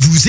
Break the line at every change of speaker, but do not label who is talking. Vous